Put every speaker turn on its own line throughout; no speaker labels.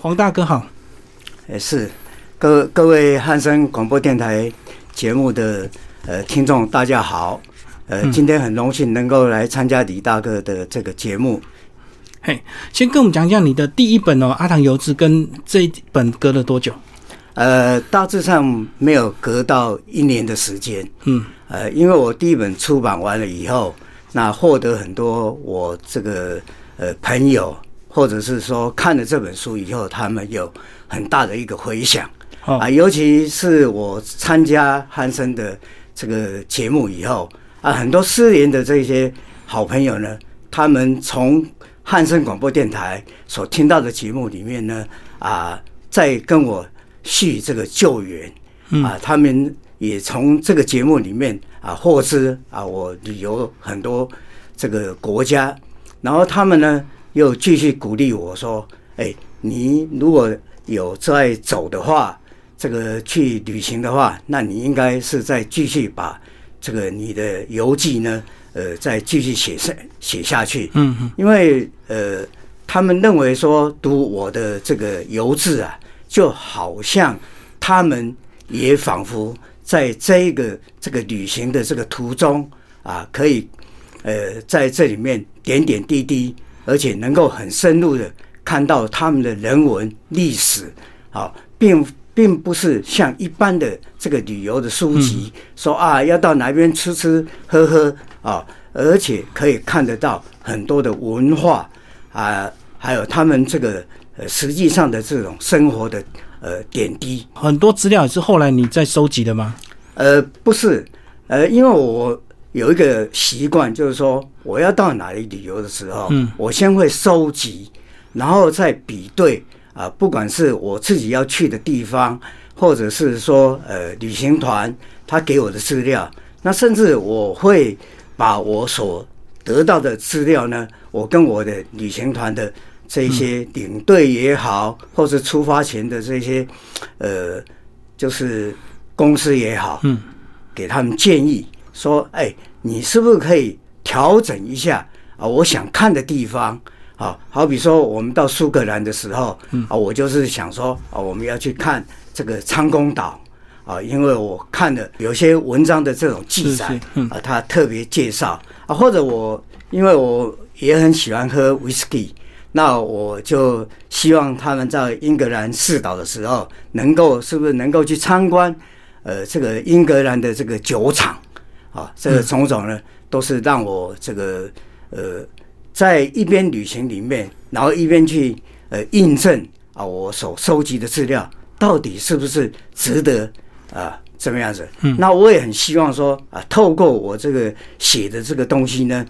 黄大哥好，
也是，各各位汉声广播电台节目的呃听众，大家好。呃，今天很荣幸能够来参加李大哥的这个节目。
嘿，先跟我们讲讲你的第一本哦，《阿唐游志》跟这一本隔了多久？
呃，大致上没有隔到一年的时间。
嗯，
呃，因为我第一本出版完了以后，那获得很多我这个呃朋友，或者是说看了这本书以后，他们有很大的一个回响。
哦
啊，尤其是我参加汉森的这个节目以后啊，很多失联的这些好朋友呢，他们从汉森广播电台所听到的节目里面呢，啊，在跟我叙这个救援，啊，他们也从这个节目里面啊获知啊，我旅游很多这个国家，然后他们呢又继续鼓励我说：“哎，你如果有在走的话，这个去旅行的话，那你应该是再继续把这个你的游记呢，呃，再继续写下写下去。
嗯嗯，
因为呃，他们认为说读我的这个游志啊，就好像他们也仿佛在这个这个旅行的这个途中啊，可以呃在这里面点点滴滴，而且能够很深入的看到他们的人文历史，好、并。并不是像一般的这个旅游的书籍，说啊要到哪边吃吃喝喝啊，而且可以看得到很多的文化啊，还有他们这个呃实际上的这种生活的呃点滴。
很多资料也是后来你在收集的吗？
呃，不是，呃，因为我有一个习惯，就是说我要到哪里旅游的时候，
嗯
我先会收集，然后再比对啊、不管是我自己要去的地方，或者是说呃旅行团他给我的资料，那甚至我会把我所得到的资料呢，我跟我的旅行团的这一些领队也好，或是出发前的这些呃，就是公司也好，
嗯，
给他们建议说，哎，你是不是可以调整一下啊？我想看的地方。好好比说，我们到苏格兰的时候，
嗯
啊，我就是想说，啊，我们要去看这个昌公岛，啊，因为我看了有些文章的这种记载，
是是嗯
啊，他特别介绍啊，或者我因为我也很喜欢喝 whisky，那我就希望他们在英格兰试岛的时候，能够是不是能够去参观，呃，这个英格兰的这个酒厂啊，这个种种呢，都是让我这个呃，在一边旅行里面，然后一边去呃印证啊，我所收集的资料到底是不是值得啊，怎么样子？嗯，那我也很希望说啊，透过我这个写的这个东西呢，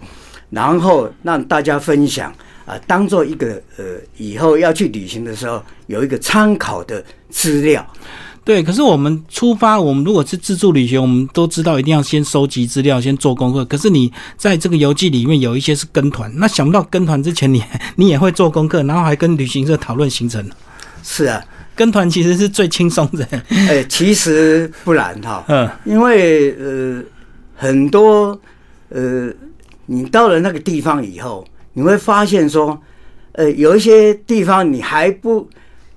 然后让大家分享啊，当做一个呃以后要去旅行的时候有一个参考的资料。
对，可是我们出发，我们如果是自助旅行，我们都知道一定要先收集资料，先做功课。可是你在这个游记里面有一些是跟团，那想不到跟团之前你 你也会做功课，然后还跟旅行社讨论行程。
是啊，
跟团其实是最轻松的，
哎、其实不然哈、
嗯，
因为呃，很多呃，你到了那个地方以后，你会发现说，呃，有一些地方你还不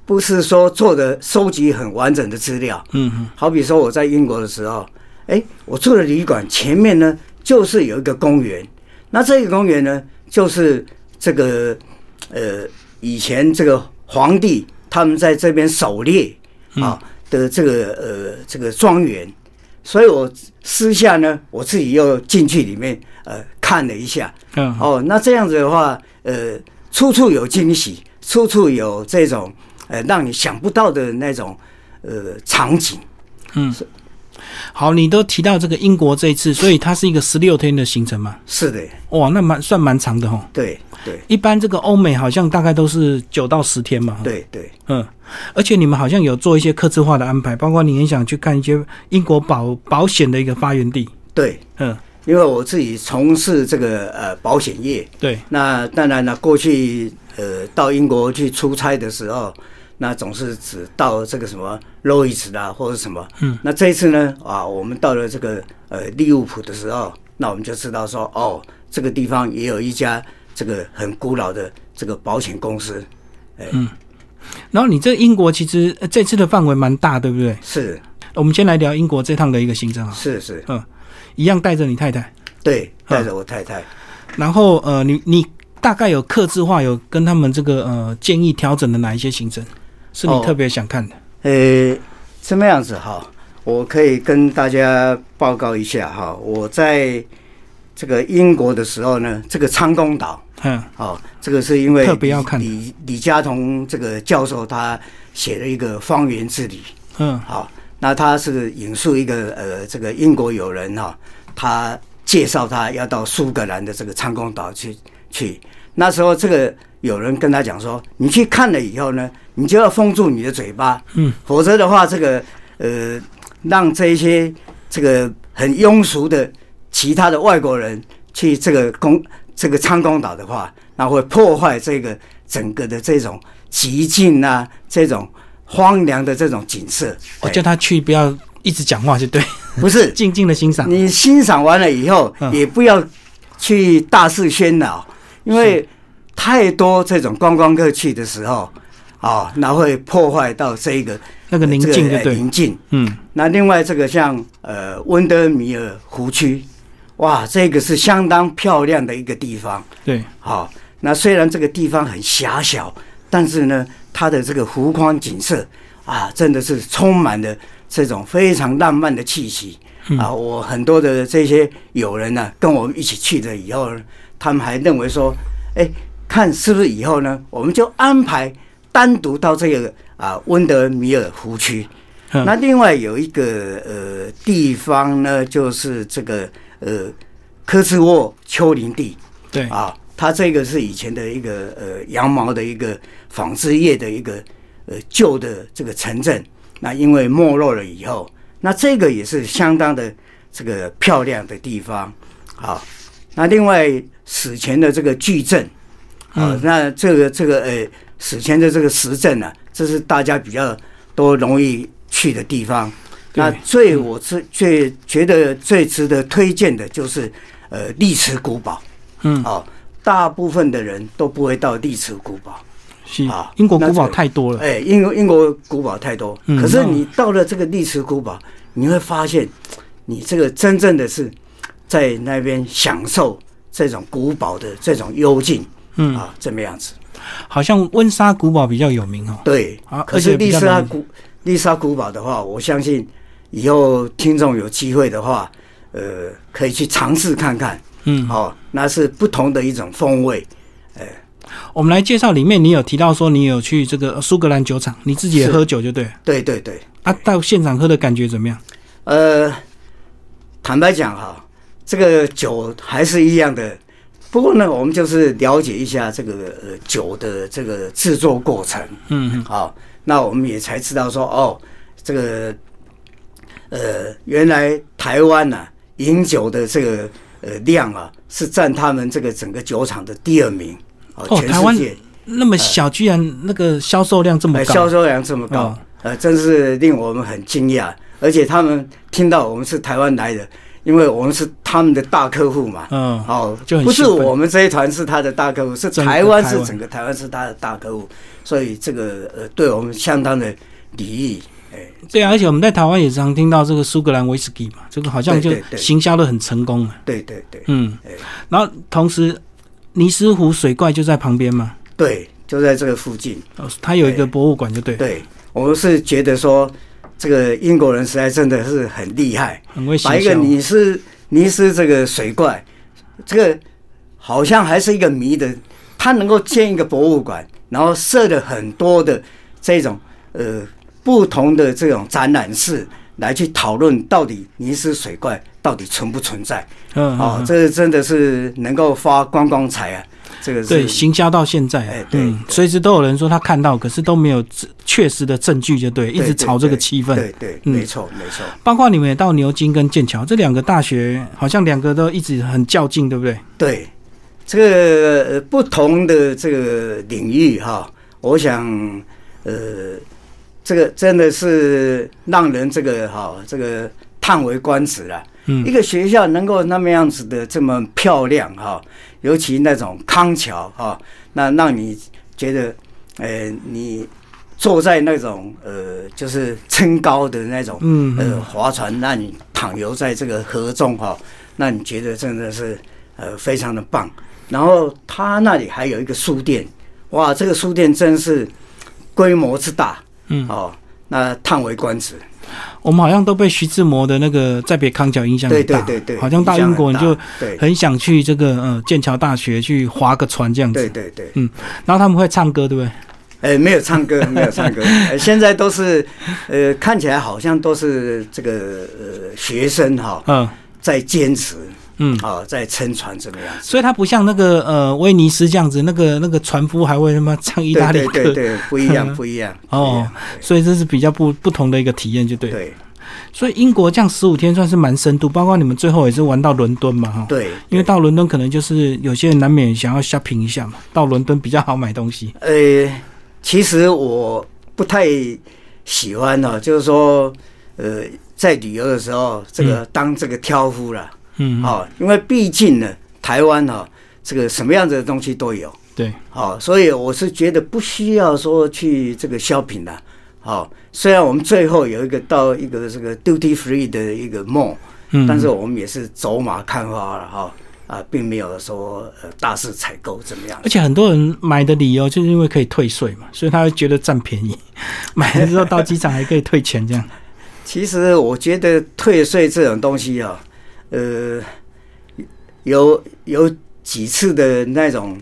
不是说做的收集很完整的资料，
嗯嗯，
好比说我在英国的时候，哎，我住的旅馆前面呢就是有一个公园，那这个公园呢就是这个呃以前这个皇帝他们在这边狩猎啊的这个呃这个庄园，所以我私下呢我自己又进去里面呃看了一下，
嗯，
哦，那这样子的话，呃，处处有惊喜，处处有这种呃让你想不到的那种呃场景。
好，你都提到这个英国这一次，所以它是一个十六天的行程嘛？
是的，
哇，那蛮算蛮长的哦。
对对
一般这个欧美好像大概都是九到十天嘛。，
对对，
嗯，而且你们好像有做一些客制化的安排，包括你很想去看一些英国保保险的一个发源地。
对，
嗯，
因为我自己从事这个呃保险业，
对，
那当然了，过去呃到英国去出差的时候，那总是只到这个什么 l o 兹 s 啦或者什么。嗯。那这一次呢，啊，我们到了这个呃利物浦的时候，那我们就知道说，哦，这个地方也有一家这个很古老的这个保险公司。哎、嗯。
然后你这英国其实呃这次的范围蛮大，对不对？
是
我们先来聊英国这趟的一个行程啊，
是是，
一样带着你太太，
对，带着我太太，
然后呃，你你大概有克制化，有跟他们这个呃建议调整的哪一些行程，是你
哦
特别想看的？
呃，这么样子哈，我可以跟大家报告一下哈，我在这个英国的时候呢，这个昌公岛。
嗯，
哦，这个是因为
特别要看的
李李嘉彤这个教授他写了一个《方圆之旅》。
嗯
好、那他是引述一个呃，这个英国友人哈、他介绍他要到苏格兰的这个昌公岛去去。那时候这个有人跟他讲说，你去看了以后呢，你就要封住你的嘴巴，
嗯，
否则的话，这个呃，让这一些这个很庸俗的其他的外国人去这个公这个昌公岛的话，那会破坏这个整个的这种极境啊，这种荒凉的这种景色。哎
我哦叫他去不要一直讲话就对，
不是
静静的欣赏。
你欣赏完了以后，
嗯
也不要去大肆喧闹，因为太多这种观光客去的时候，啊、那会破坏到这个
那个宁静
这
就
个呃
对，
宁静。
嗯，
那另外这个像呃温德米尔湖区，哇，这个是相当漂亮的一个地方。
对，
好、那虽然这个地方很狭小，但是呢，它的这个湖光景色啊，真的是充满了这种非常浪漫的气息啊。我很多的这些友人呢、跟我们一起去了以后呢，他们还认为说，哎，看是不是以后呢，我们就安排单独到这个啊温德米尔湖区。
嗯
那另外有一个呃地方呢，就是这个呃科茨沃丘陵地。
对，
啊，它这个是以前的一个呃羊毛的一个纺织业的一个呃旧的这个城镇，那因为没落了以后，那这个也是相当的这个漂亮的地方。好，那另外史前的这个巨镇，
嗯
啊，那这个这个呃史前的这个石镇呢、这是大家比较都容易去的地方。
对嗯
那最我是最觉得最值得推荐的就是呃历史古堡。
嗯，
哦，大部分的人都不会到历史古堡。
是
好
英国古
啊那这
堡
个
太多了，
哎，英国英国古堡太多，
嗯
可是你到了这个历史古堡，你会发现，你这个真正的是在那边享受这种古堡的这种幽静
嗯，
啊，这么样子。
好像温莎古堡比较有名哦。
对
啊，
可
而且
是
比
丽
较
莎
难
古丽莎古堡的话，我相信以后听众有机会的话，呃，可以去尝试看看。
嗯，
哦，那是不同的一种风味。
我们来介绍里面，你有提到说你有去这个呃苏格兰酒厂，你自己也
是
喝酒就对了
对对对。
啊。到现场喝的感觉怎么样？
呃，坦白讲哈，这个酒还是一样的，不过呢，我们就是了解一下这个呃酒的这个制作过程。
嗯，
好、那我们也才知道说，哦，这个呃，原来台湾呢、饮酒的这个呃量啊，是占他们这个整个酒厂的第二名。哦
哦
全
台湾
世界
那么小，居然那个销售量这么
呃
高，
销售量这么高，
哦
呃，真是令我们很惊讶。而且他们听到我们是台湾来的，因为我们是他们的大客户嘛。
嗯，
哦，
就很
不是
兴奋
我们这一团是他的大客户，是
整个
台湾
台
是
湾
整个台湾是他的大客户，所以这个呃，对我们相当的礼遇。
对啊，而且我们在台湾也常听到这个苏格兰威士忌嘛，这个好像就
对对对
行销的很成功嘛。
对对对
嗯
哎，
然后同时尼斯湖水怪就在旁边嘛，
对，就在这个附近。
哦，它有一个博物馆就对，
对，我们是觉得说，这个英国人实在真的是很厉害。
很会
把
行
一个
销。啊
你是你是这个水怪，这个好像还是一个谜的，他能够建一个博物馆，然后设了很多的这种呃不同的这种展览室来去讨论到底尼斯水怪到底存不存在
嗯，
啊、
嗯嗯
这真的是能够发观光财啊，这个是
对，行销到现在
哎
啊，
对
嗯，随时都有人说他看到，可是都没有证确实的证据，就对，一
对
直
对
炒这个
对
气氛。
对对，
嗯
没错没错，
包括你们也到牛津跟剑桥这两个大学，好像两个都一直很较劲，对不对？
对，这个呃不同的这个领域哈、我想呃，这个真的是让人这个哈、这个叹为观止了。
嗯
一个学校能够那么样子的这么漂亮哈、尤其那种康桥哈、那让你觉得呃你坐在那种呃，就是撑高的那种，
嗯
呃，划船，那你躺游在这个河中哈、那你觉得真的是呃非常的棒。然后他那里还有一个书店，哇，这个书店真是规模之大，
嗯
哦，那叹为观止。
我们好像都被徐志摩的那个《再别康桥》影响
对
很
对
大，
对对，
好像到英国
影
你
响很
就
大对
很想去这个呃剑桥大学去划个船这样
对
子，
对对，
然后他们会唱歌，对不对？
哎，没有唱歌，没有唱歌，呃现在都是呃看起来好像都是这个呃学生哈、
嗯
在坚持。
嗯，
哦，在撑船怎么样？
所以它不像那个呃威尼斯这样子，那个那个船夫还会他妈唱意
对
大利
对
歌，
对对，不一 样，不一样。
哦，所以这是比较不不同的一个体验，就
不
对
一样
了。
对
所以英国这样十五天算是蛮深度，包括你们最后也是玩到伦敦嘛，哈。
对，
因为到伦敦可能就是有些人难免想要 shopping 一下嘛，到伦敦比较好买东西。
呃，其实我不太喜欢呢、就是说，呃，在旅游的时候，这个当这个挑夫了，
嗯，
哦，因为毕竟呢，台湾呢、这个什么样子的东西都有。
对，
好、所以我是觉得不需要说去这个 shopping 啦。好、虽然我们最后有一个到一个这个 duty free 的一个 mall，
嗯，
但是我们也是走马看花了哈、啊，并没有说呃大肆采购怎么样。
而且很多人买的理由就是因为可以退税嘛，所以他会觉得占便宜， 买了之后到机场还可以退钱这样。
其实我觉得退税这种东西啊，呃，有有几次的那种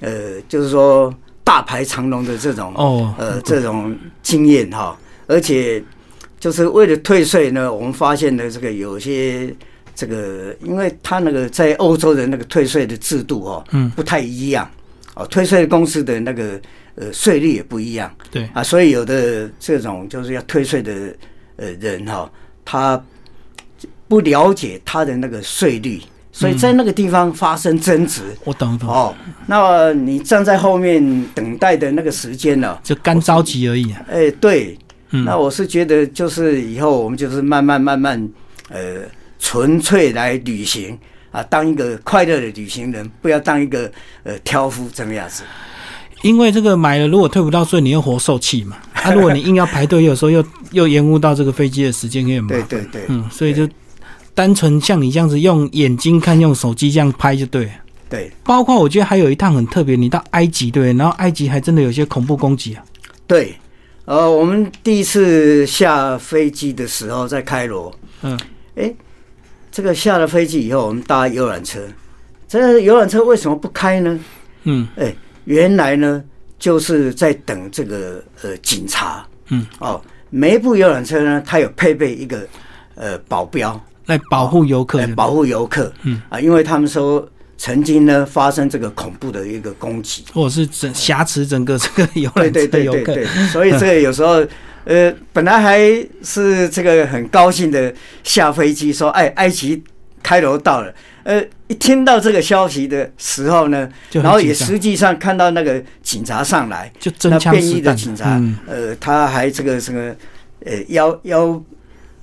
呃，就是说大排长龙的这种
哦，
呃这种经验哈，而且就是为了退税呢，我们发现了这个有些这个，因为他那个在欧洲的那个退税的制度哦，
嗯，
不太一样哦，退税公司的那个呃税率也不一样
对，
啊，所以有的这种就是要退税的呃人哈、他不了解他的那个税率，所以在那个地方发生争执。
我懂懂，
哦，那你站在后面等待的那个时间呢、
就干着急而已啊。
哎，对，
嗯
那我是觉得就是以后我们就是慢慢慢慢，呃，纯粹来旅行啊，当一个快乐的旅行人，不要当一个呃挑夫这么样子。
因为这个买了，如果退不到税，你又活受气嘛。啊，如果你硬要排队，有时候又又延误到这个飞机的时间，也很麻
对
烦。
对对
嗯，所以就单纯像你这样子用眼睛看，用手机这样拍就对了。
对
包括我觉得还有一趟很特别，你到埃及对不对，然后埃及还真的有些恐怖攻击啊。
对，呃，我们第一次下飞机的时候在开罗，
嗯，
这个下了飞机以后，我们搭游览车，这个游览车为什么不开呢？
嗯
哎，原来呢就是在等这个呃警察，
嗯，
哦，每一部游览车呢，它有配备一个呃保镖
来保护游客
来
就对。
保护游客，
嗯
啊，因为他们说曾经呢发生这个恐怖的一个攻 击，
或者是整挟持整个这个游览
对
车
对
的
对
游
对
客
对，所以这个有时候。呃，本来还是这个很高兴的下飞机说，哎，埃及开罗到了。呃，一听到这个消息的时候呢，
就
然后
很
也
紧张，
实际上看到那个警察上来，
就
那
真枪
便衣
实
的
弹
警察，
嗯，
呃，他还这个这个，呃，腰腰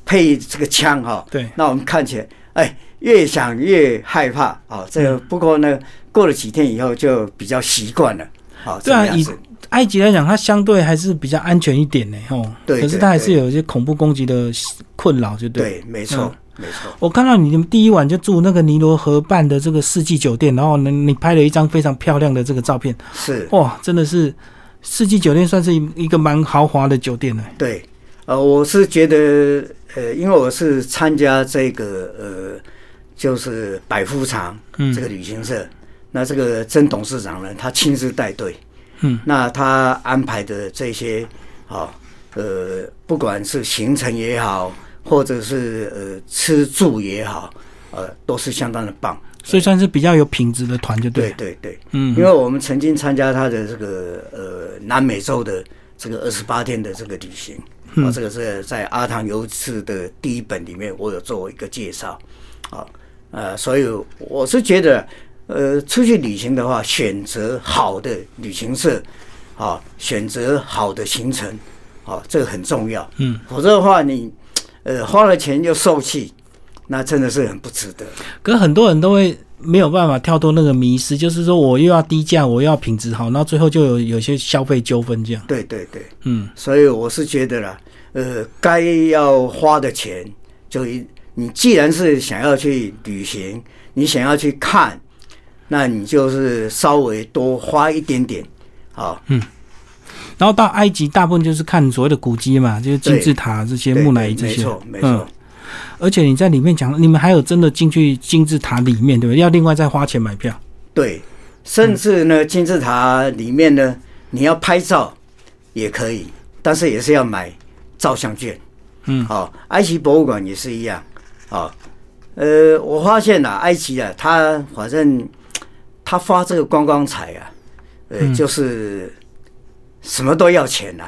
配这个枪哈、
对，
那我们看起来，哎，越想越害怕啊、哦。这
嗯
个不过呢，过了几天以后就比较习惯了。好、
对啊
这个样子
埃及来讲，它相对还是比较安全一点呢，哦。
对对
可是它还是有一些恐怖攻击的困扰，就对。。嗯
对，没错，没错，
我看到你们第一晚就住那个尼罗河畔的这个世纪酒店，然后呢，你拍了一张非常漂亮的这个照片，
是
哇，真的是世纪酒店算是一个蛮豪华的酒店了。
对。呃，我是觉得，呃，因为我是参加这个呃，就是百富长
嗯
这个旅行社，那这个曾董事长呢，他亲自带队。
嗯，
那他安排的这些，啊、呃，不管是行程也好，或者是呃吃住也好，呃，都是相当的棒。
所以算是比较有品质的团，就对
对
了。
对对，
嗯
因为我们曾经参加他的这个呃南美洲的这个二十八天的这个旅行，
嗯
啊、这个是在阿唐游志的第一本里面，我有做一个介绍，啊，呃，所以我是觉得，呃，出去旅行的话，选择好的旅行社，啊，选择好的行程，啊，这个很重要，
嗯，
否则的话你，呃，花了钱又受气，那真的是很不值得。
可是很多人都会没有办法跳脱那个迷失，就是说我又要低价，我又要品质好，那最后就有有些消费纠纷这样。
对对对，
嗯，
所以我是觉得啦，呃，该要花的钱，就一你既然是想要去旅行，你想要去看，那你就是稍微多花一点点，好，
然后到埃及大部分就是看所谓的古迹嘛，就是金字塔这些、
对
木乃伊
对
这
没
些。嗯
错没错，
而且你在里面讲，你们还有真的进去金字塔里面，对不对？要另外再花钱买票。
对，甚至呢，金字塔里面呢，你要拍照也可以，但是也是要买照相券。
嗯
好、埃及博物馆也是一样。好、呃，我发现啊，埃及啊，它反正它发这个观光财啊，呃，
嗯
就是什么都要钱呐、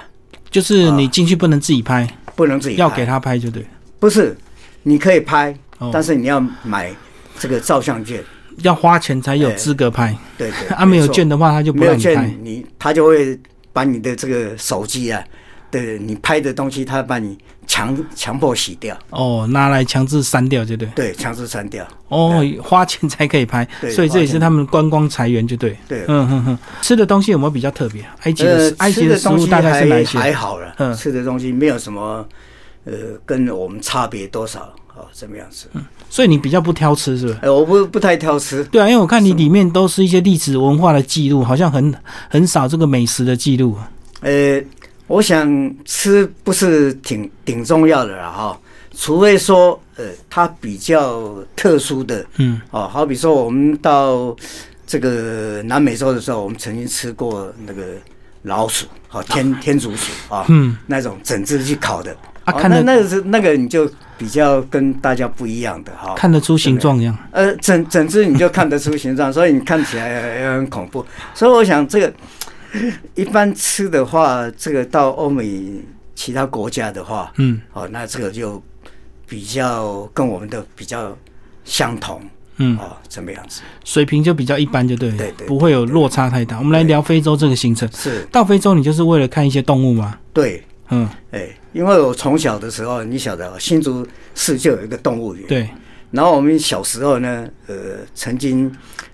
就是你进去不能自己拍，
不啊能自己拍
要给他拍就对，
不是，你可以拍，
哦
但是你要买这个照相券。
要花钱才有资格拍。
对对，
啊，没有
错
券的话，他就不
哎没有
让你拍
券，。你他就会把你的这个手机啊，对你拍的东西，他把你强强迫洗掉，
哦，拿来强制删掉就对。
对，强制删掉，
哦，花钱才可以拍，
对
所以这也是
花钱
他们观光财源就对。
对。
嗯哼哼，吃的东西有没有比较特别？埃及的、
呃
食，埃及
吃的
食
东
物
西
大概是哪一
还
些？
还好了，
嗯
吃的东西没有什么，呃，跟我们差别多少，哦，这么样子。
所以你比较不挑吃是不是？
哎，我不不太挑吃，
对啊，因为我看你里面都是一些历史文化的记录，好像很很少这个美食的记录啊。
呃，我想吃不是挺挺重要的了哈、除非说，呃，它比较特殊的，
嗯，
哦，好比说我们到这个南美洲的时候，我们曾经吃过那个老鼠，好、哦、天天竺鼠啊、
嗯，
那种整只去烤的。
啊
哦
看
那
得
那个是那个你就比较跟大家不一样哦的哈、
看得出形状一样。
呃，整整只你就看得出形状， 所以你看起来也很恐怖。所以我想这个一般吃的话，这个到欧美其他国家的话，
嗯
哦，那这个就比较跟我们的比较相同
嗯，
哦，怎么样子？
水平就比较一般就对了，
对对对
不会有落差太大。我们来聊非洲这个行程，
是
到非洲你就是为了看一些动物吗？
对，
嗯，
哎，因为我从小的时候，你晓得哦，新竹市就有一个动物园，
对，
然后我们小时候呢，呃，曾经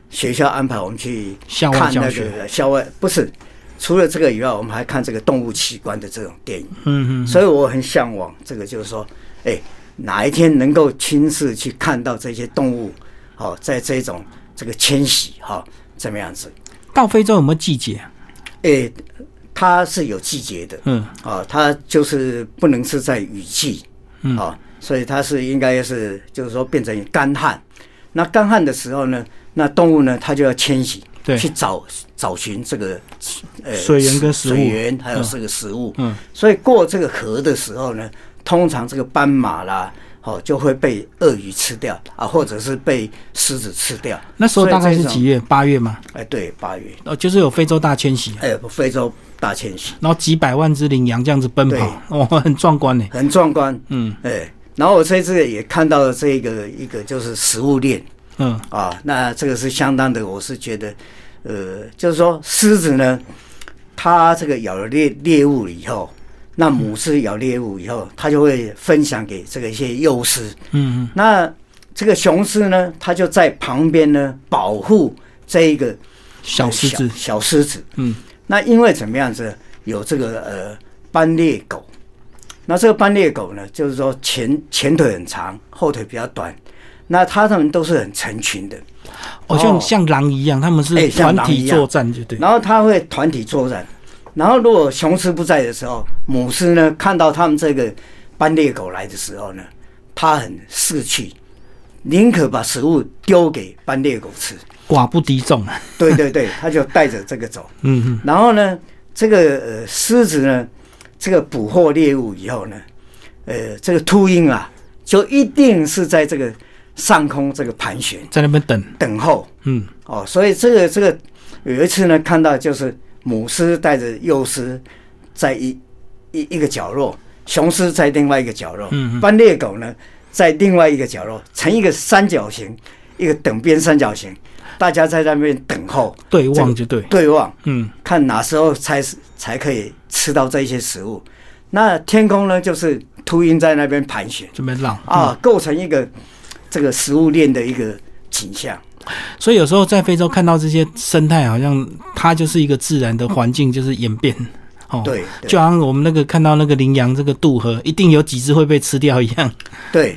学校安排我们去
校外
看
教
那
学，
个校外，不是除了这个以外，我们还看这个动物奇观的这种电影，
嗯嗯，
所以我很向往这个，就是说，哎，哪一天能够亲自去看到这些动物，哦，在这种这个迁徙哈、哦，怎么样子？
到非洲有没有季节啊？
哎，它是有季节的，
嗯，
啊，它就是不能是在雨季，
嗯
啊，所以它是应该是就是说变成干旱。那干旱的时候呢，那动物呢它就要迁徙，
对
去找找寻这个呃
水源跟食物
水源还有
嗯
这个食物，
嗯，
所以过这个河的时候呢，通常这个斑马啦。哦，就会被鳄鱼吃掉啊，或者是被狮子吃掉。
那时候大概是
所以这
几
种？
月？八月嘛，
哎，对，八月，
哦，就是有非洲大迁徙啊，
哎，非洲大迁徙
然后几百万只羚羊这样子奔跑，哦，很壮观呢。
很壮观。
嗯
哎，然后我这次也看到了这个一个就是食物链
嗯，
啊，那这个是相当的，我是觉得，呃，就是说狮子呢，它这个咬了猎猎物以后，那母狮咬猎物以后，它就会分享给这个一些幼狮，
嗯嗯，
那这个雄狮呢，它就在旁边呢保护这一个
小狮子，
哎小狮子，
嗯，
那因为怎么样子，有这个呃斑鬣狗，那这个斑鬣狗呢，就是说前前腿很长，后腿比较短，那它们都是很成群的，
哦，像
哦
像狼一样，他们是
哎像
团
狼
体
一样
作战，就对。
然后它会团体作战。然后如果雄狮不在的时候，母狮呢看到它们这个斑鬣狗来的时候呢，它很士气，宁可把食物丢给斑鬣狗吃。
寡不敌众啊。
对对对，它就带着这个走。
嗯嗯，
然后呢，这个呃狮子呢，这个捕获猎物以后呢，呃，这个秃鹰啊，就一定是在这个上空这个盘旋
在那边等。
等候
嗯，
哦。所以这个这个呃有一次呢，看到就是母狮带着幼狮在一一一个角落，雄狮在另外一个角落，
嗯嗯
斑鬣狗呢在另外一个角落，成一个三角形，一个等边三角形，大家在那边等候
对
这
望
个
就对。
对望。
嗯，
看哪时候才是才可以吃到这些食物。那天空呢，就是秃鹰在那边盘旋
这边浪。
啊，构成一个这个食物链的一个景象。
所以有时候在非洲看到这些生态，好像它就是一个自然的环境，就是演变。哦，
对对
就好像我们那个看到那个羚羊这个渡河，一定有几只会被吃掉一样。
对，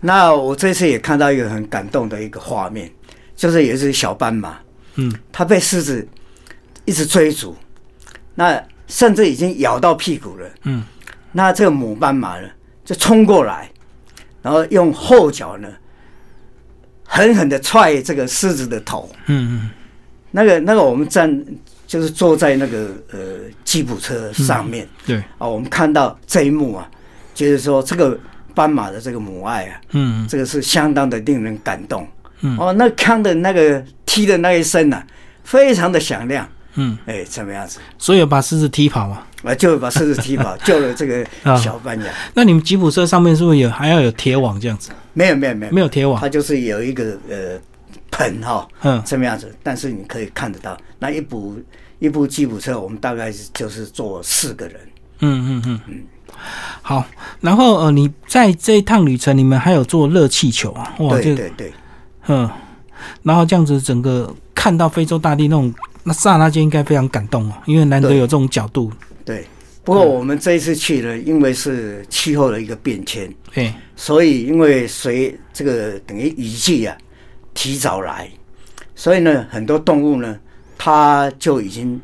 那我这次也看到一个很感动的一个画面，就是有一只小斑马，
嗯，
它被狮子一直追逐，那甚至已经咬到屁股了，
嗯，
那这个母斑马呢就冲过来，然后用后脚呢狠狠的踹这个狮子的头，
嗯
那个那个我们站就是坐在那个呃吉普车上面。
嗯，对，
啊，我们看到这一幕啊，就是说这个斑马的这个母爱啊，
嗯
这个是相当的令人感动。
嗯
哦，那康的那个踢的那一声呐、啊，非常的响亮。
嗯，
哎，怎么样子？
所以有把狮子踢跑嘛。
啊，就把狮子踢跑，救了这个
啊
小斑羊。
那你们吉普车上面是不是有还要有铁网这样子？
没有，没有，没有，
没有铁网
哎它，就是有一个呃盆哈、
嗯
这么样子，但是你可以看得到，那一部一部吉普车，我们大概是就是坐四个人。
嗯嗯嗯。好，然后呃，你在这一趟旅程，你们还有坐热气球啊，哇，
对
这
对对，
嗯，然后这样子整个看到非洲大地那种那刹那间应该非常感动哦，因为难得
对
有这种角度，
对。不过我们这一次去呢，因为是气候的一个变迁，
哎、
所以因为随这个等于雨季啊提早来，所以呢很多动物呢它就已经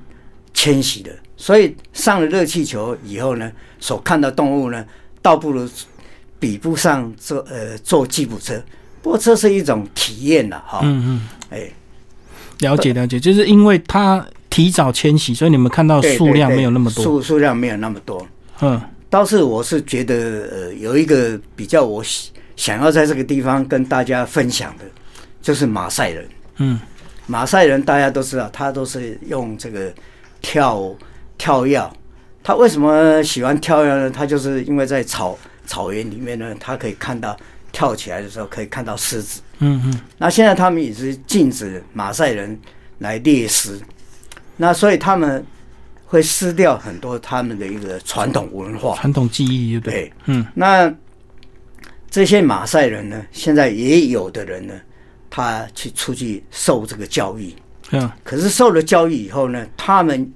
迁徙了。所以上了热气球以后呢，所看到动物呢，倒不如比不上坐呃坐吉普车。不过这是一种体验了哈，
嗯嗯，
哎，
了解了解，就是因为它提早迁徙，所以你们看到
对
数
对
量
对
没有那么多，
数数量没有那么多。
嗯
倒是我是觉得，呃，有一个比较我喜想要在这个地方跟大家分享的，就是马赛人。
嗯
马赛人大家都知道，他都是用这个跳跳药。他为什么喜欢跳药呢？他就是因为在草草原里面呢，他可以看到跳起来的时候可以看到狮子。
嗯嗯
那现在他们也是禁止马赛人来猎狮，那所以他们会失掉很多他们的一个传统文化。
传统技艺对不对？
对，
嗯，
那这些马赛人呢，现在也有的人呢，他去出去受这个教育，
嗯
可是受了教育以后呢，他们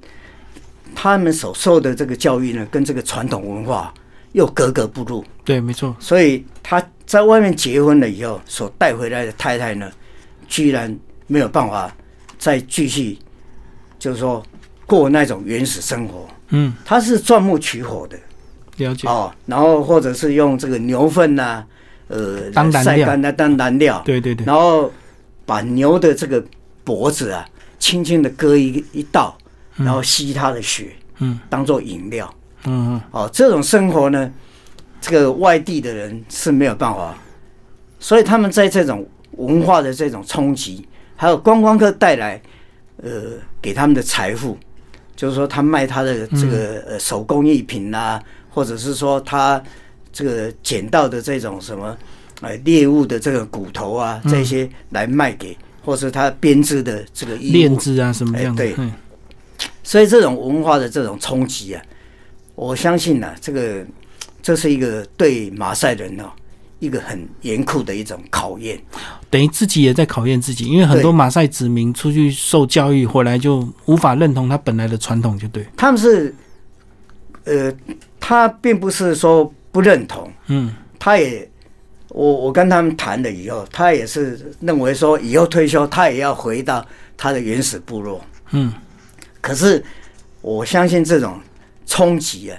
他们所受的这个教育呢，跟这个传统文化又格格不入，
对，没错，
所以他在外面结婚了以后，所带回来的太太呢，居然没有办法再继续，就是说过那种原始生活，
嗯，
他是钻木取火的。
了解，
哦，然后或者是用这个牛粪呐、呃，
当燃
晒
料
干的当燃料，
对对对，
然后把牛的这个脖子啊，轻轻的割一一道，然后吸它的血，
嗯，
当做饮料。
嗯嗯
哦，这种生活呢，这个外地的人是没有办法，所以他们在这种文化的这种冲击，还有观光客带来，呃，给他们的财富，就是说他卖他的这个呃手工艺品啦、或者是说他这个捡到的这种什么呃猎物的这个骨头啊，这些来卖给，或是他编织的这个衣
链
物，
子啊什么
哎
这样子，
对
嗯
所以这种文化的这种冲击啊，我相信呢、这个这是一个对马赛人呢、一个很严酷的一种考验。
等于自己也在考验自己，因为很多马赛子民出去受教育回来就无法认同他本来的传统，就对，
他们是，呃，他并不是说不认同，
嗯
他也，我我跟他们谈了以后，他也是认为说以后退休他也要回到他的原始部落。
嗯
可是我相信这种冲击啊，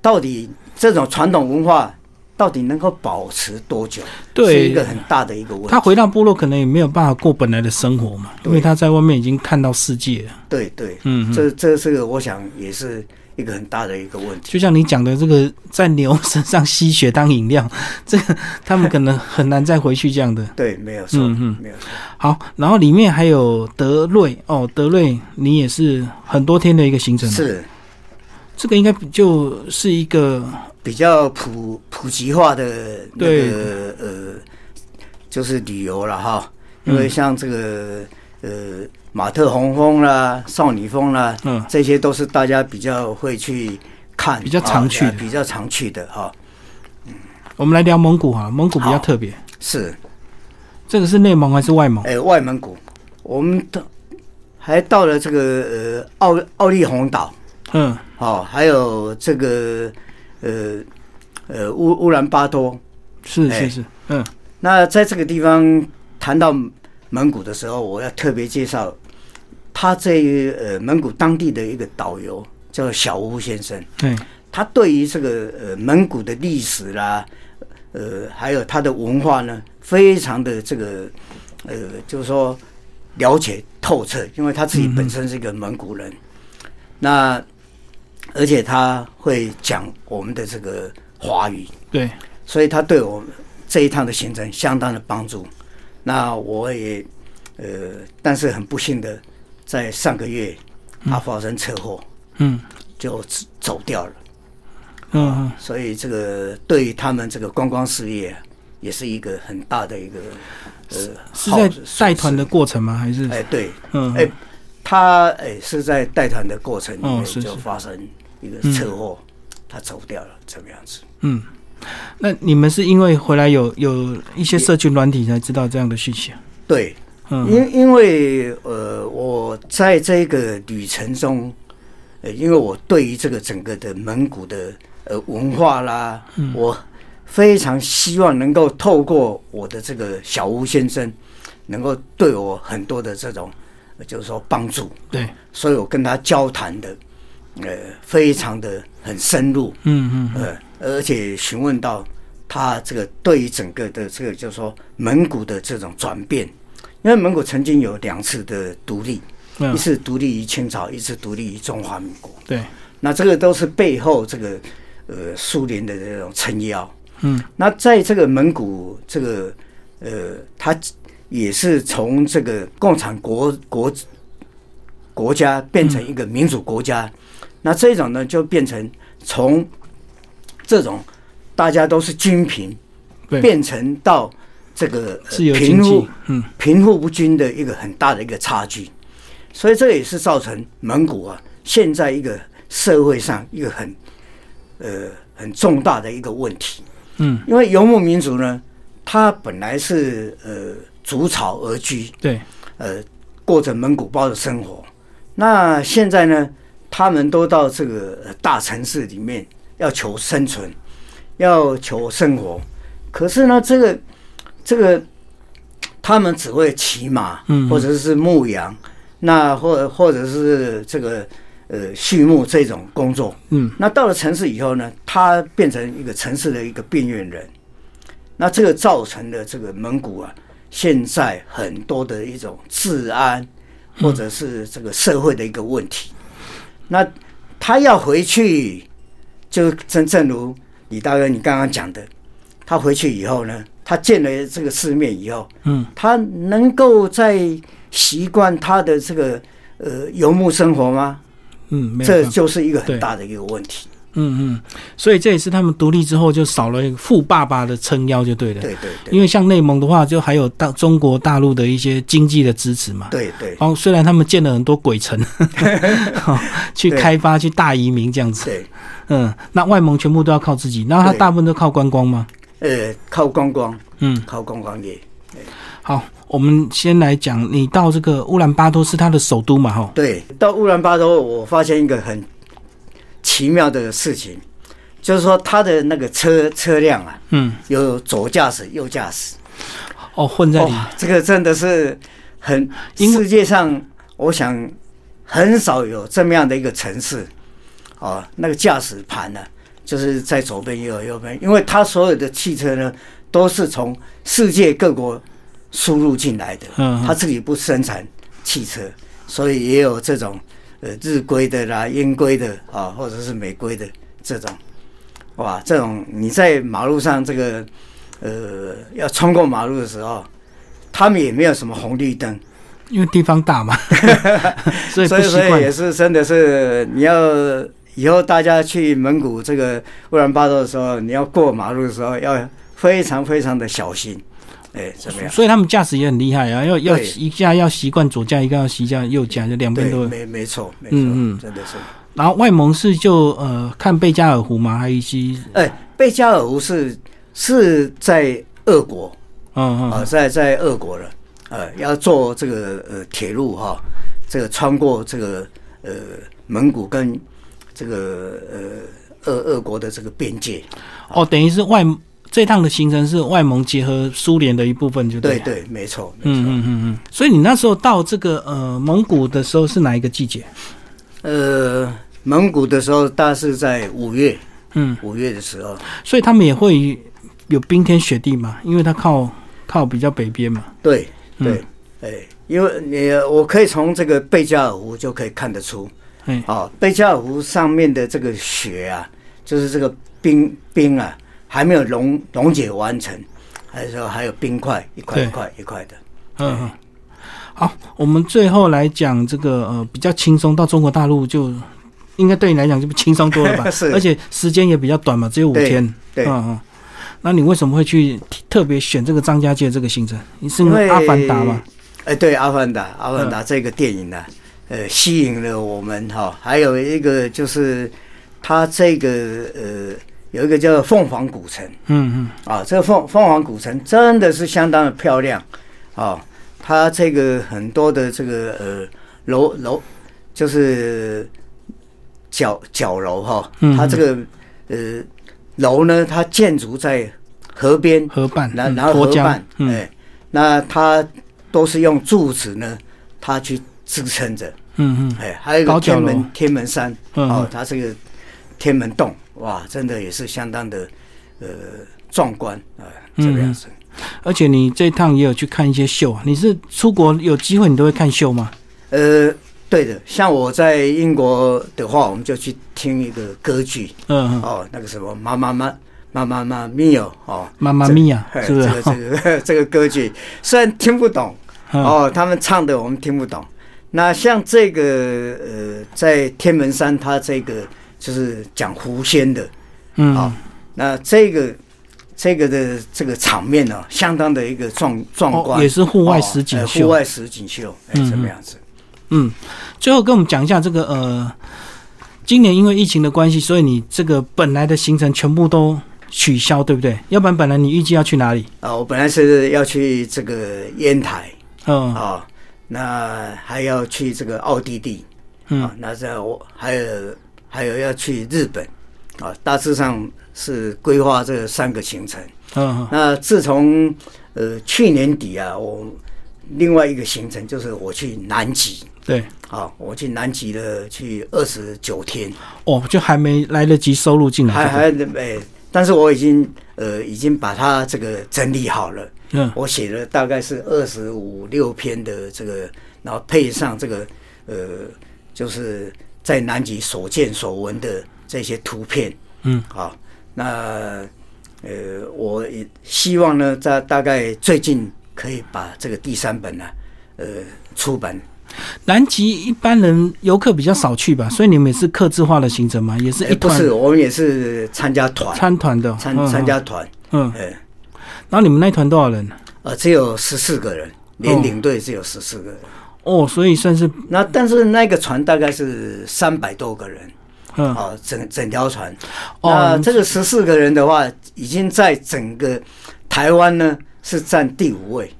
到底这种传统文化到底能够保持多久，
对
是一个很大的一个问题。
他回到部落可能也没有办法过本来的生活嘛，因为
对
他在外面已经看到世界了。
对对，
嗯，嗯
这这是个我想也是一个很大的一个问题。
就像你讲的，这个在牛身上吸血当饮料， 这个他们可能很难再回去这样的。
对，没有错，
嗯嗯
没有错。
好，然后里面还有德瑞哦，德瑞你也是很多天的一个行程，啊
是
这个应该就是一个
比较普普及化的那
对
个呃，就是旅游了哈。因为
嗯
像这个呃马特洪峰啦、少女峰啦，
嗯
这些都是大家比较会去看、
比较常去的
啊比较常去的哈、
我们来聊蒙古哈，蒙古比较
好
特别。
是
这个是内蒙还是外蒙？
哎、外蒙古，我们到还到了这个呃奥奥利洪岛，
嗯，
哦，还有这个呃呃乌乌兰巴托。
是
哎
是是，嗯，
那在这个地方谈到蒙古的时候，我要特别介绍他这呃蒙古当地的一个导游叫小乌先生，
对，
他对于这个呃蒙古的历史啦，呃还有他的文化呢，非常的这个呃就是说了解透彻，因为他自己
嗯哼
本身是一个蒙古人，那而且他会讲我们的这个华语，
对，
所以他对我这一趟的行程相当的帮助。那我也呃，但是很不幸的，在上个月他发生车祸，
嗯
就走走掉了。
嗯嗯，
所以这个对于他们这个观光事业啊，也是一个很大的一个呃，
是
耗
在
损
带团的过程吗？还是
失。哎，对，
嗯
哎，他哎是在带团的过程里面
哦是
就是发生一个车祸，他走掉了，这个样子。
嗯，那你们是因为回来有有一些社群软体才知道这样的事情啊？
对，
嗯
因因为呃，我在这个旅程中，呃，因为我对于这个整个的蒙古的呃文化啦，我非常希望能够透过我的这个小吴先生，能够对我很多的这种，呃就是说帮助，
对，
所以我跟他交谈的，呃，非常的很深入，
嗯嗯
呃，而且询问到他这个对于整个的这个，就是说蒙古的这种转变，因为蒙古曾经有两次的独立，一
嗯，
次独立于清朝，一次独立于中华民国。
对，
那这个都是背后这个呃苏联的这种撑腰。
嗯，
那在这个蒙古这个呃，它也是从这个共产国国国家变成一个民主国家，
嗯
那这种呢就变成从这种大家都是均贫
对，
变成到这个、呃
自由经
贫富
济，嗯
贫富不均的一个很大的一个差距，所以这也是造成蒙古啊现在一个社会上一个很呃很重大的一个问题。
嗯，
因为游牧民族呢，它本来是呃逐草而居，
对，
呃过着蒙古包的生活，那现在呢，他们都到这个呃大城市里面要求生存，要求生活，可是呢，这个这个他们只会骑马，
嗯
或者是牧羊，那或或者是这个呃畜牧这种工作，
嗯
那到了城市以后呢，他变成一个城市的一个边缘人，那这个造成了这个蒙古啊，现在很多的一种治安或者是这个社会的一个问题。那他要回去，就正正如李大哥你刚刚讲的，他回去以后呢，他见了这个世面以后，
嗯，
他能够在习惯他的这个呃游牧生活吗？
嗯，没有
这
办法
就是一个
对
很大的一个问题。
嗯嗯，所以这也是他们独立之后就少了一个富爸爸的撑腰，就对了。
对对对，
因为像内蒙的话，就还有大中国大陆的一些经济的支持嘛。
对对
哦，虽然他们建了很多鬼 城，哦去
对
开发、去大移民这样子，
对，
嗯，那外蒙全部都要靠自己，然后他
对
大部分都靠观光嘛，
呃，靠观光，
嗯，
靠观光业，
好，我们先来讲，你到这个乌兰巴托是它的首都嘛，哈，
对，到乌兰巴托，我发现一个很奇妙的事情，就是说它的那个车车辆啊，
嗯，
有左驾驶、右驾驶，
哦，混在里，
哇，这个真的是很
因为
世界上，我想很少有这么样的一个城市，哦，那个驾驶盘呢、就是在左边也有右边，因为它所有的汽车呢，都是从世界各国输入进来的，
嗯
他自己不生产汽车，所以也有这种呃日规的啦、英规的啊，或者是美规的这种。哇，这种你在马路上这个呃要穿过马路的时候，他们也没有什么红绿灯，
因为地方大 嘛，所以
所
不
以
习
所以也
惯，
是真的是你要。以后大家去蒙古这个乌兰巴托的时候，你要过马路的时候要非常非常的小心，哎，怎么样？
所以他们驾驶也很厉害啊，要要
对
一下要习惯左驾，一个要习惯右驾，就两边
对，
都有。
没没错，没错，
嗯嗯
真的是。
然后外蒙是就呃看贝加尔湖嘛，还有一些
哎，贝加尔湖是是在俄国，
嗯
啊、
嗯，
在在俄国了，呃，要坐这个呃铁路哈、这个穿过这个呃蒙古跟这个呃俄俄国的这个边界，
哦，等于是外这趟的行程是外蒙结合苏联的一部分，就
对
了。
对，没错，没
嗯
错，
嗯嗯嗯，所以你那时候到这个呃蒙古的时候是哪一个季节？
呃，蒙古的时候大概是在五月，
嗯，
五月的时候，
所以他们也会有冰天雪地嘛，因为它靠靠比较北边嘛。
对
嗯
对，哎、因为你我可以从这个贝加尔湖就可以看得出，
哎，
哦，贝加尔湖上面的这个雪啊，就是这个冰冰啊，还没有溶溶解完成，还是说还有冰块一块
对
一块一块的。？
嗯，嗯好，我们最后来讲这个呃比较轻松，到中国大陆就应该对你来讲就轻松多了吧
是
而且时间也比较短嘛，只有五
对
天。
对，
嗯嗯。那你为什么会去特别选这个张家界这个行程？你是因为《阿凡达》嗯嘛？？
哎、对，《阿凡达》《阿凡达》这个电影呢、呃，吸引了我们哈、还有一个就是它这个呃，有一个叫凤凰古城。
嗯
啊，这个凤凤凰古城真的是相当的漂亮啊！它这个很多的这个呃楼楼，就是角角楼哈
嗯，
它这个呃楼呢，它建筑在河边
嗯，，河畔，
然
嗯
然后
沱
河
江
畔，，
嗯
哎，那它都是用柱子呢，它去支撑着，
嗯嗯
哎，还有一
高
个
脚
天
楼
门天门山，
嗯
哦
嗯，
它这个天门洞，哇，真的也是相当的呃壮观啊、呃，
嗯
这个样子。
而且你这趟也有去看一些秀啊。你是出国有机会你都会看秀吗？
呃，对的，像我在英国的话，我们就去听一个歌剧
嗯，嗯
哦，那个什么妈妈妈妈妈妈咪哟哦，
妈妈咪呀，
嘿
是不是？
这个这个 这个歌剧虽然听不懂
嗯
哦，他们唱的我们听不懂。那像这个呃，在天门山，它这个就是讲狐仙的，
嗯
好，那这个这个的这个场面呢、相当的一个壮壮观，
哦也是户外实景
哦哎
秀
户。外实景秀，哎，
嗯
这么样子？
嗯，最后跟我们讲一下这个呃，今年因为疫情的关系，所以你这个本来的行程全部都取消，对不对？要不然本来你预计要去哪里？
啊，我本来是要去这个烟台
嗯
啊，那还要去这个奥地利
嗯
啊，那在我还有还有要去日本啊，大致上是规划这三个行程。
嗯
那自从呃去年底啊，我另外一个行程就是我去南极。
对。
啊，我去南极了，去二十九天，
哦，就还没来得及收录进来。
还
对不对
还哎、但是我已经呃已经把它这个整理好了，
嗯
我写了大概是二十五六篇的这个，然后配上这个呃，就是在南极所见所闻的这些图片，
嗯，
好，那呃，我也希望呢，在大概最近可以把这个第三本呢、呃，出版
南极一般人游客比较少去吧，所以你们也是客制化的行程嘛，也是
嗯哎
一
不
团
是，我们也是参加团
参团的，
参
嗯
参加团，
嗯。
哎、
然后你们那一团多少人？
呃，只有十四个人，
哦
连领队只有十四个人。
哦，所以算是
那但是那个船大概是三百多个人，
嗯
啊，整整条船。
哦
那这个十四个人的话，已经在整个台湾呢是占第五位，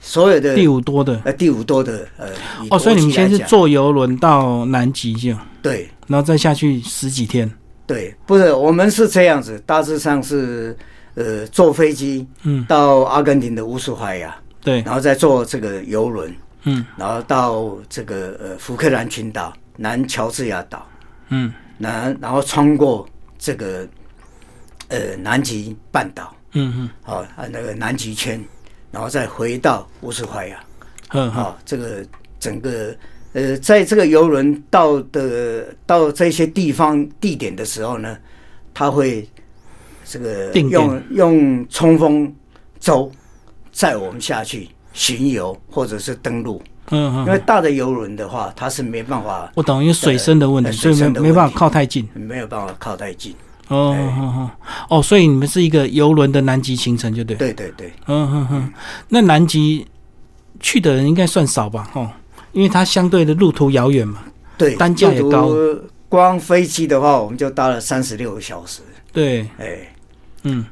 所有的
第五多的
呃第五多的呃。以
哦，所以你们
国籍来
先是
讲
坐游轮到南极就，
对
然后再下去十几天。
对，不是我们是这样子，大致上是呃坐飞机
嗯，
到阿根廷的乌苏怀亚，
对，
然后再坐这个游轮。
嗯
然后到这个呃福克兰群岛、南乔治亚岛，
嗯
南然后穿过这个呃南极半岛，
嗯嗯
哦，啊那个南极圈，然后再回到乌斯怀亚，
嗯嗯，
哦，这个整个呃在这个游轮到的到这些地方地点的时候呢，它会这个
定点
用用冲锋舟载我们下去巡游或者是登陆。
嗯
因为
嗯，
大的游轮的话，它是没办法，
我懂，因为水深的问题，
对
所以
水
没
深的
没办
问
法
题
靠太近。
没有办法靠太近。
哦哦哦哦，所以你们是一个游轮的南极行程，就对。
对对对，
嗯哼哼，那南极去的人应该算少吧？哦，因为它相对的路途遥远嘛。
对，
单价也高。
光飞机的话，我们就搭了三十六个小时。
对，
哎，
嗯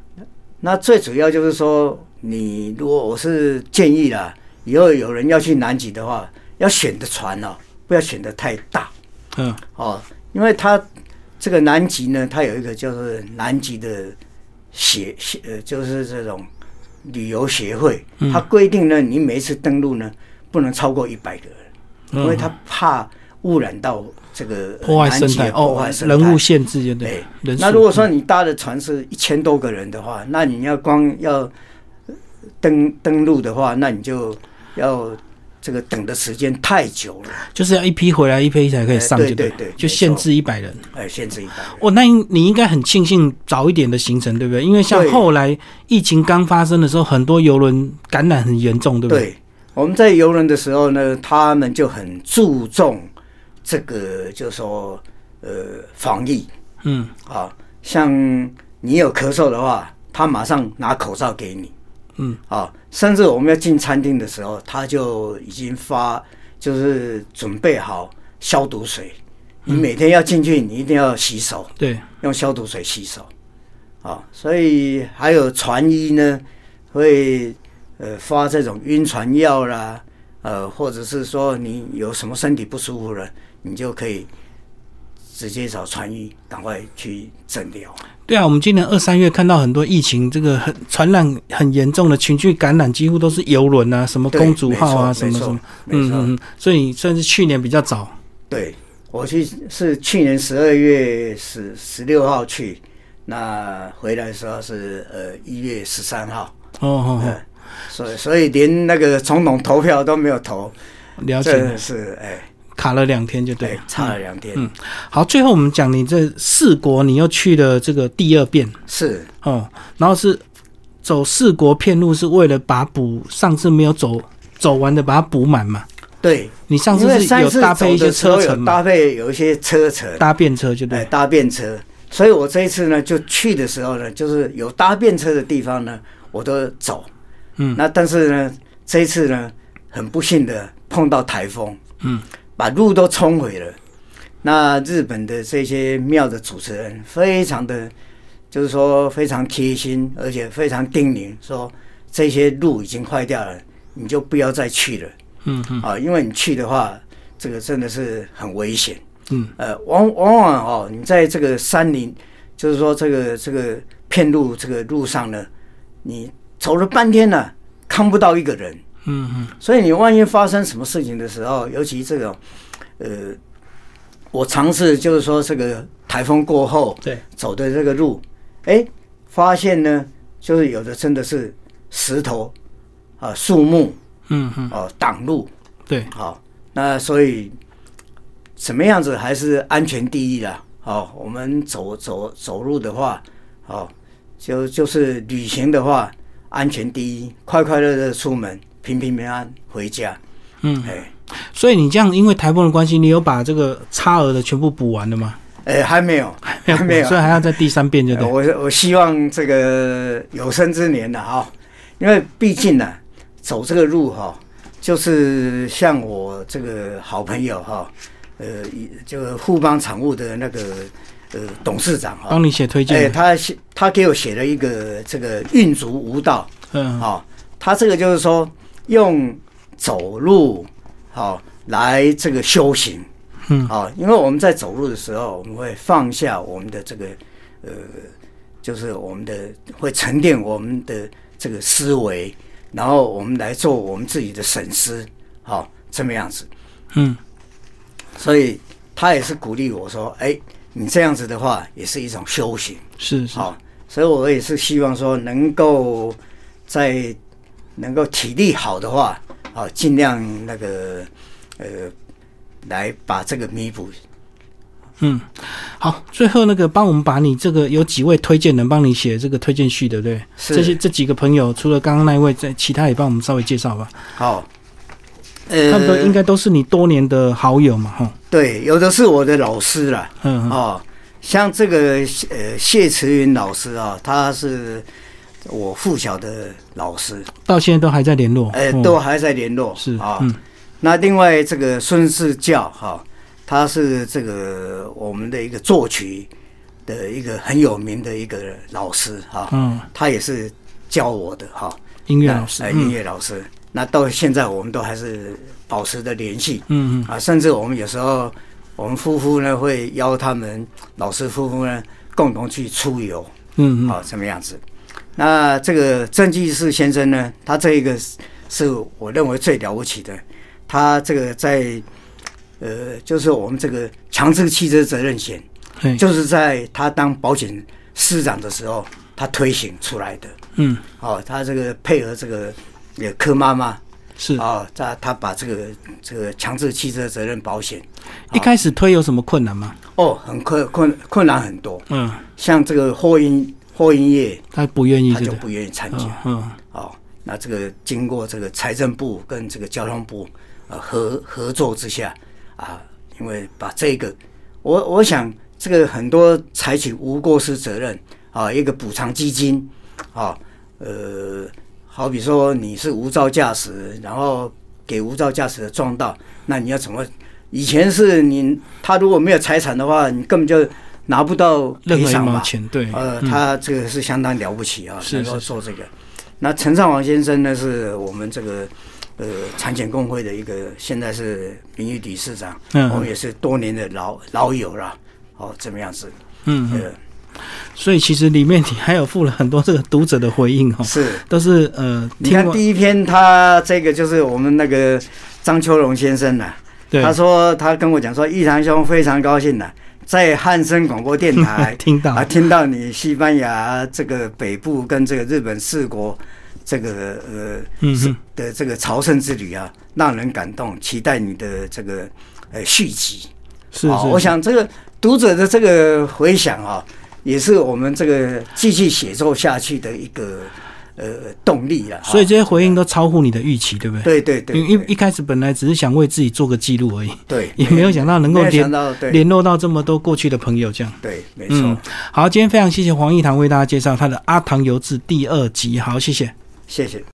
那最主要就是说，你如果我是建议啦，以后有人要去南极的话，要选的船哦，不要选的太大
嗯，
哦，因为它这个南极呢，它有一个叫做南极的协协，呃，就是这种旅游协会，它规定呢，你每一次登陆呢，不能超过一百个人，因为它怕污染到这个呃
破坏
南
生
极
态
的破坏生态，
人物限制就对
对
了，人
那
数
如果说你搭的船是一千多个人的话，那你要光要呃登登陆的话，那你就要这个等的时间太久了，
就是要一批回来，一批才可以上，
哎对
就了
对对
就限制一百人。
哎，限制一百。
哦，那应你应该很庆幸早一点的行程，对不对？因为像
对
后来疫情刚发生的时候，很多游轮感染很严重，对不对？
对，我们在游轮的时候呢，他们就很注重这个，就说呃防疫
嗯，
啊，像你有咳嗽的话，他马上拿口罩给你。
嗯，
啊，甚至我们要进餐厅的时候，他就已经发，就是准备好消毒水。你每天要进去，你一定要洗手，
对，
用消毒水洗手。啊，所以还有船医呢，会呃发这种晕船药啦，呃，或者是说你有什么身体不舒服了，你就可以直接找船医，赶快去诊疗。
对啊，我们今年二三月看到很多疫情，这个很传染很严重的群聚感染，几乎都是游轮啊，什么
对
公主号啊，
没
什
错
么什么，
没
嗯
错
嗯，嗯所以算是去年比较早，
对，我去是去年十二月十十六号去，那回来的时候是呃一月十三号，
哦哦
嗯
哦，，
所以所以连那个总统投票都没有投，
了解
真
了，
的是哎
卡了两天就对
对
了，。
差了两天，
嗯好，最后我们讲你这四国，你又去了这个第二遍
是
哦，然后是走四国片路，是为了把补上次没有走走完的把它补满嘛？
对，
你上
因
次
为
是
上
有
次
搭配一
走
些
的时候
车
有
程嘛？
搭配有一些车程，
搭便车就
哎
对，
搭便车，所以我这一次呢就去的时候呢，就是有搭便车的地方呢，我都走，
嗯
那但是呢这一次呢很不幸的碰到台风。
嗯，
把路都冲毁了。那日本的这些庙的主持人非常的，就是说非常贴心，而且非常叮咛说，这些路已经坏掉了，你就不要再去了。
嗯嗯
啊，因为你去的话，这个真的是很危险。
嗯，
呃，往往往哦，你在这个山林，就是说这个这个片路这个路上呢，你走了半天了、看不到一个人。
嗯嗯，
所以你万一发生什么事情的时候，尤其这种，呃，我尝试就是说这个台风过后
对，
走的这个路，哎，发现呢，就是有的真的是石头啊、树木
嗯嗯
啊、挡路，
对，
好、那所以什么样子还是安全第一啦。好、我们走走走路的话，好、就就是旅行的话，安全第一，快快乐乐地出门，平平安安回家。
嗯，
哎
所以你这样因为台风的关系，你有把这个差额的全部补完了 吗？
哎，还没有，还没有
所以还要在第三遍就
呃
对。
我我希望这个有生之年呢、哈、因为毕竟呢、走这个路哈、就是像我这个好朋友哈、呃，一这个富邦产物的那个呃董事长哈、
帮你写推
哎，
荐，
他写他给我写了一个这个运足舞蹈，
嗯，
哦，他这个就是说用走路，好、来这个修行，
嗯
好、因为我们在走路的时候，我们会放下我们的这个呃，就是我们的会沉淀我们的这个思维，然后我们来做我们自己的审思，好、这么样子，
嗯，
所以他也是鼓励我说，哎，你这样子的话也是一种修行。
是是，
好、所以我也是希望说能够在能够体力好的话，好、尽量那个呃来把这个弥补。
嗯，好，最后那个帮我们把你这个有几位推荐人帮你写这个推荐序，对不对？
是
这些这几个朋友，除了刚刚那一位，在其他也帮我们稍微介绍吧。
好、
他们都应
呃，
该都是你多年的好友嘛，哈，
对，有的是我的老师了。
嗯，嗯
哦，像这个呃谢慈云老师啊，他是我附小的老师，
到现在都还在联络，
哎、
嗯
都还在联络。
是，
啊、
嗯
那另外这个孙氏教哈、他是这个我们的一个作曲的一个很有名的一个老师哈、
嗯，
他也是教我的哈、
音乐老师
那呃，音
嗯
乐老师。那到现在我们都还是保持着联系
嗯嗯，
啊，甚至我们有时候我们夫妇呢会邀他们老师夫妇呢共同去出游
嗯嗯
啊，什么样子？那这个郑居士先生呢，他这一个是是我认为最了不起的，他这个在呃，就是我们这个强制汽车责任险，
嘿，
就是在他当保险司长的时候，他推行出来的。
嗯
哦，他这个配合这个呃柯妈妈
是
哦，他他把这个这个强制汽车责任保险
一开始推有什么困难吗？
哦，很困困困难很多，
嗯，
像这个货运货运业，
他不愿意
他
就
就
对，
不愿意参加
嗯嗯
哦。那这个经过这个财政部跟这个交通部呃合合作之下啊，因为把这个我我想这个很多采取无过失责任啊，一个补偿基金啊，呃，好比说你是无照驾驶，然后给无照驾驶的撞到，那你要怎么？以前是你他如果没有财产的话，你根本就拿不到
任
赔
何一
偿
毛
嘛。
钱，对，
呃，
嗯
他这个是相当了不起啊，
是
能够做这个。那陈尚煌先生呢，是我们这个呃产险工会的一个，现在是名誉理事长，
嗯
我们也是多年的老老友啦。哦，怎么样子？
嗯嗯，
呃，
所以其实里面你还有附了很多这个读者的回应哦，
是。
都是呃，
你
听
看
过
第一篇，他这个就是我们那个张秋荣先生呐、
对
他说他跟我讲说，玉堂兄非常高兴呐、在汉声广播电台
听到
啊，听到你西班牙这个北部跟这个日本四国这个呃
嗯
是
哼
的这个朝圣之旅啊，让人感动，期待你的这个呃续集。
是
啊我
是，
想这个读者的这个回响啊，也是我们这个继续写作下去的一个呃动力了、啊。
所以这些回应都超乎你的预期，对不对？
对对对，
因为一
对
一开始本来只是想为自己做个记录而已，
对
也没有想到能够
没有
联
想到对
联络到这么多过去的朋友，这样。
对，没错。
嗯，好，今天非常谢谢黄义堂为大家介绍他的《阿唐游志》第二集，好，谢谢。
谢谢。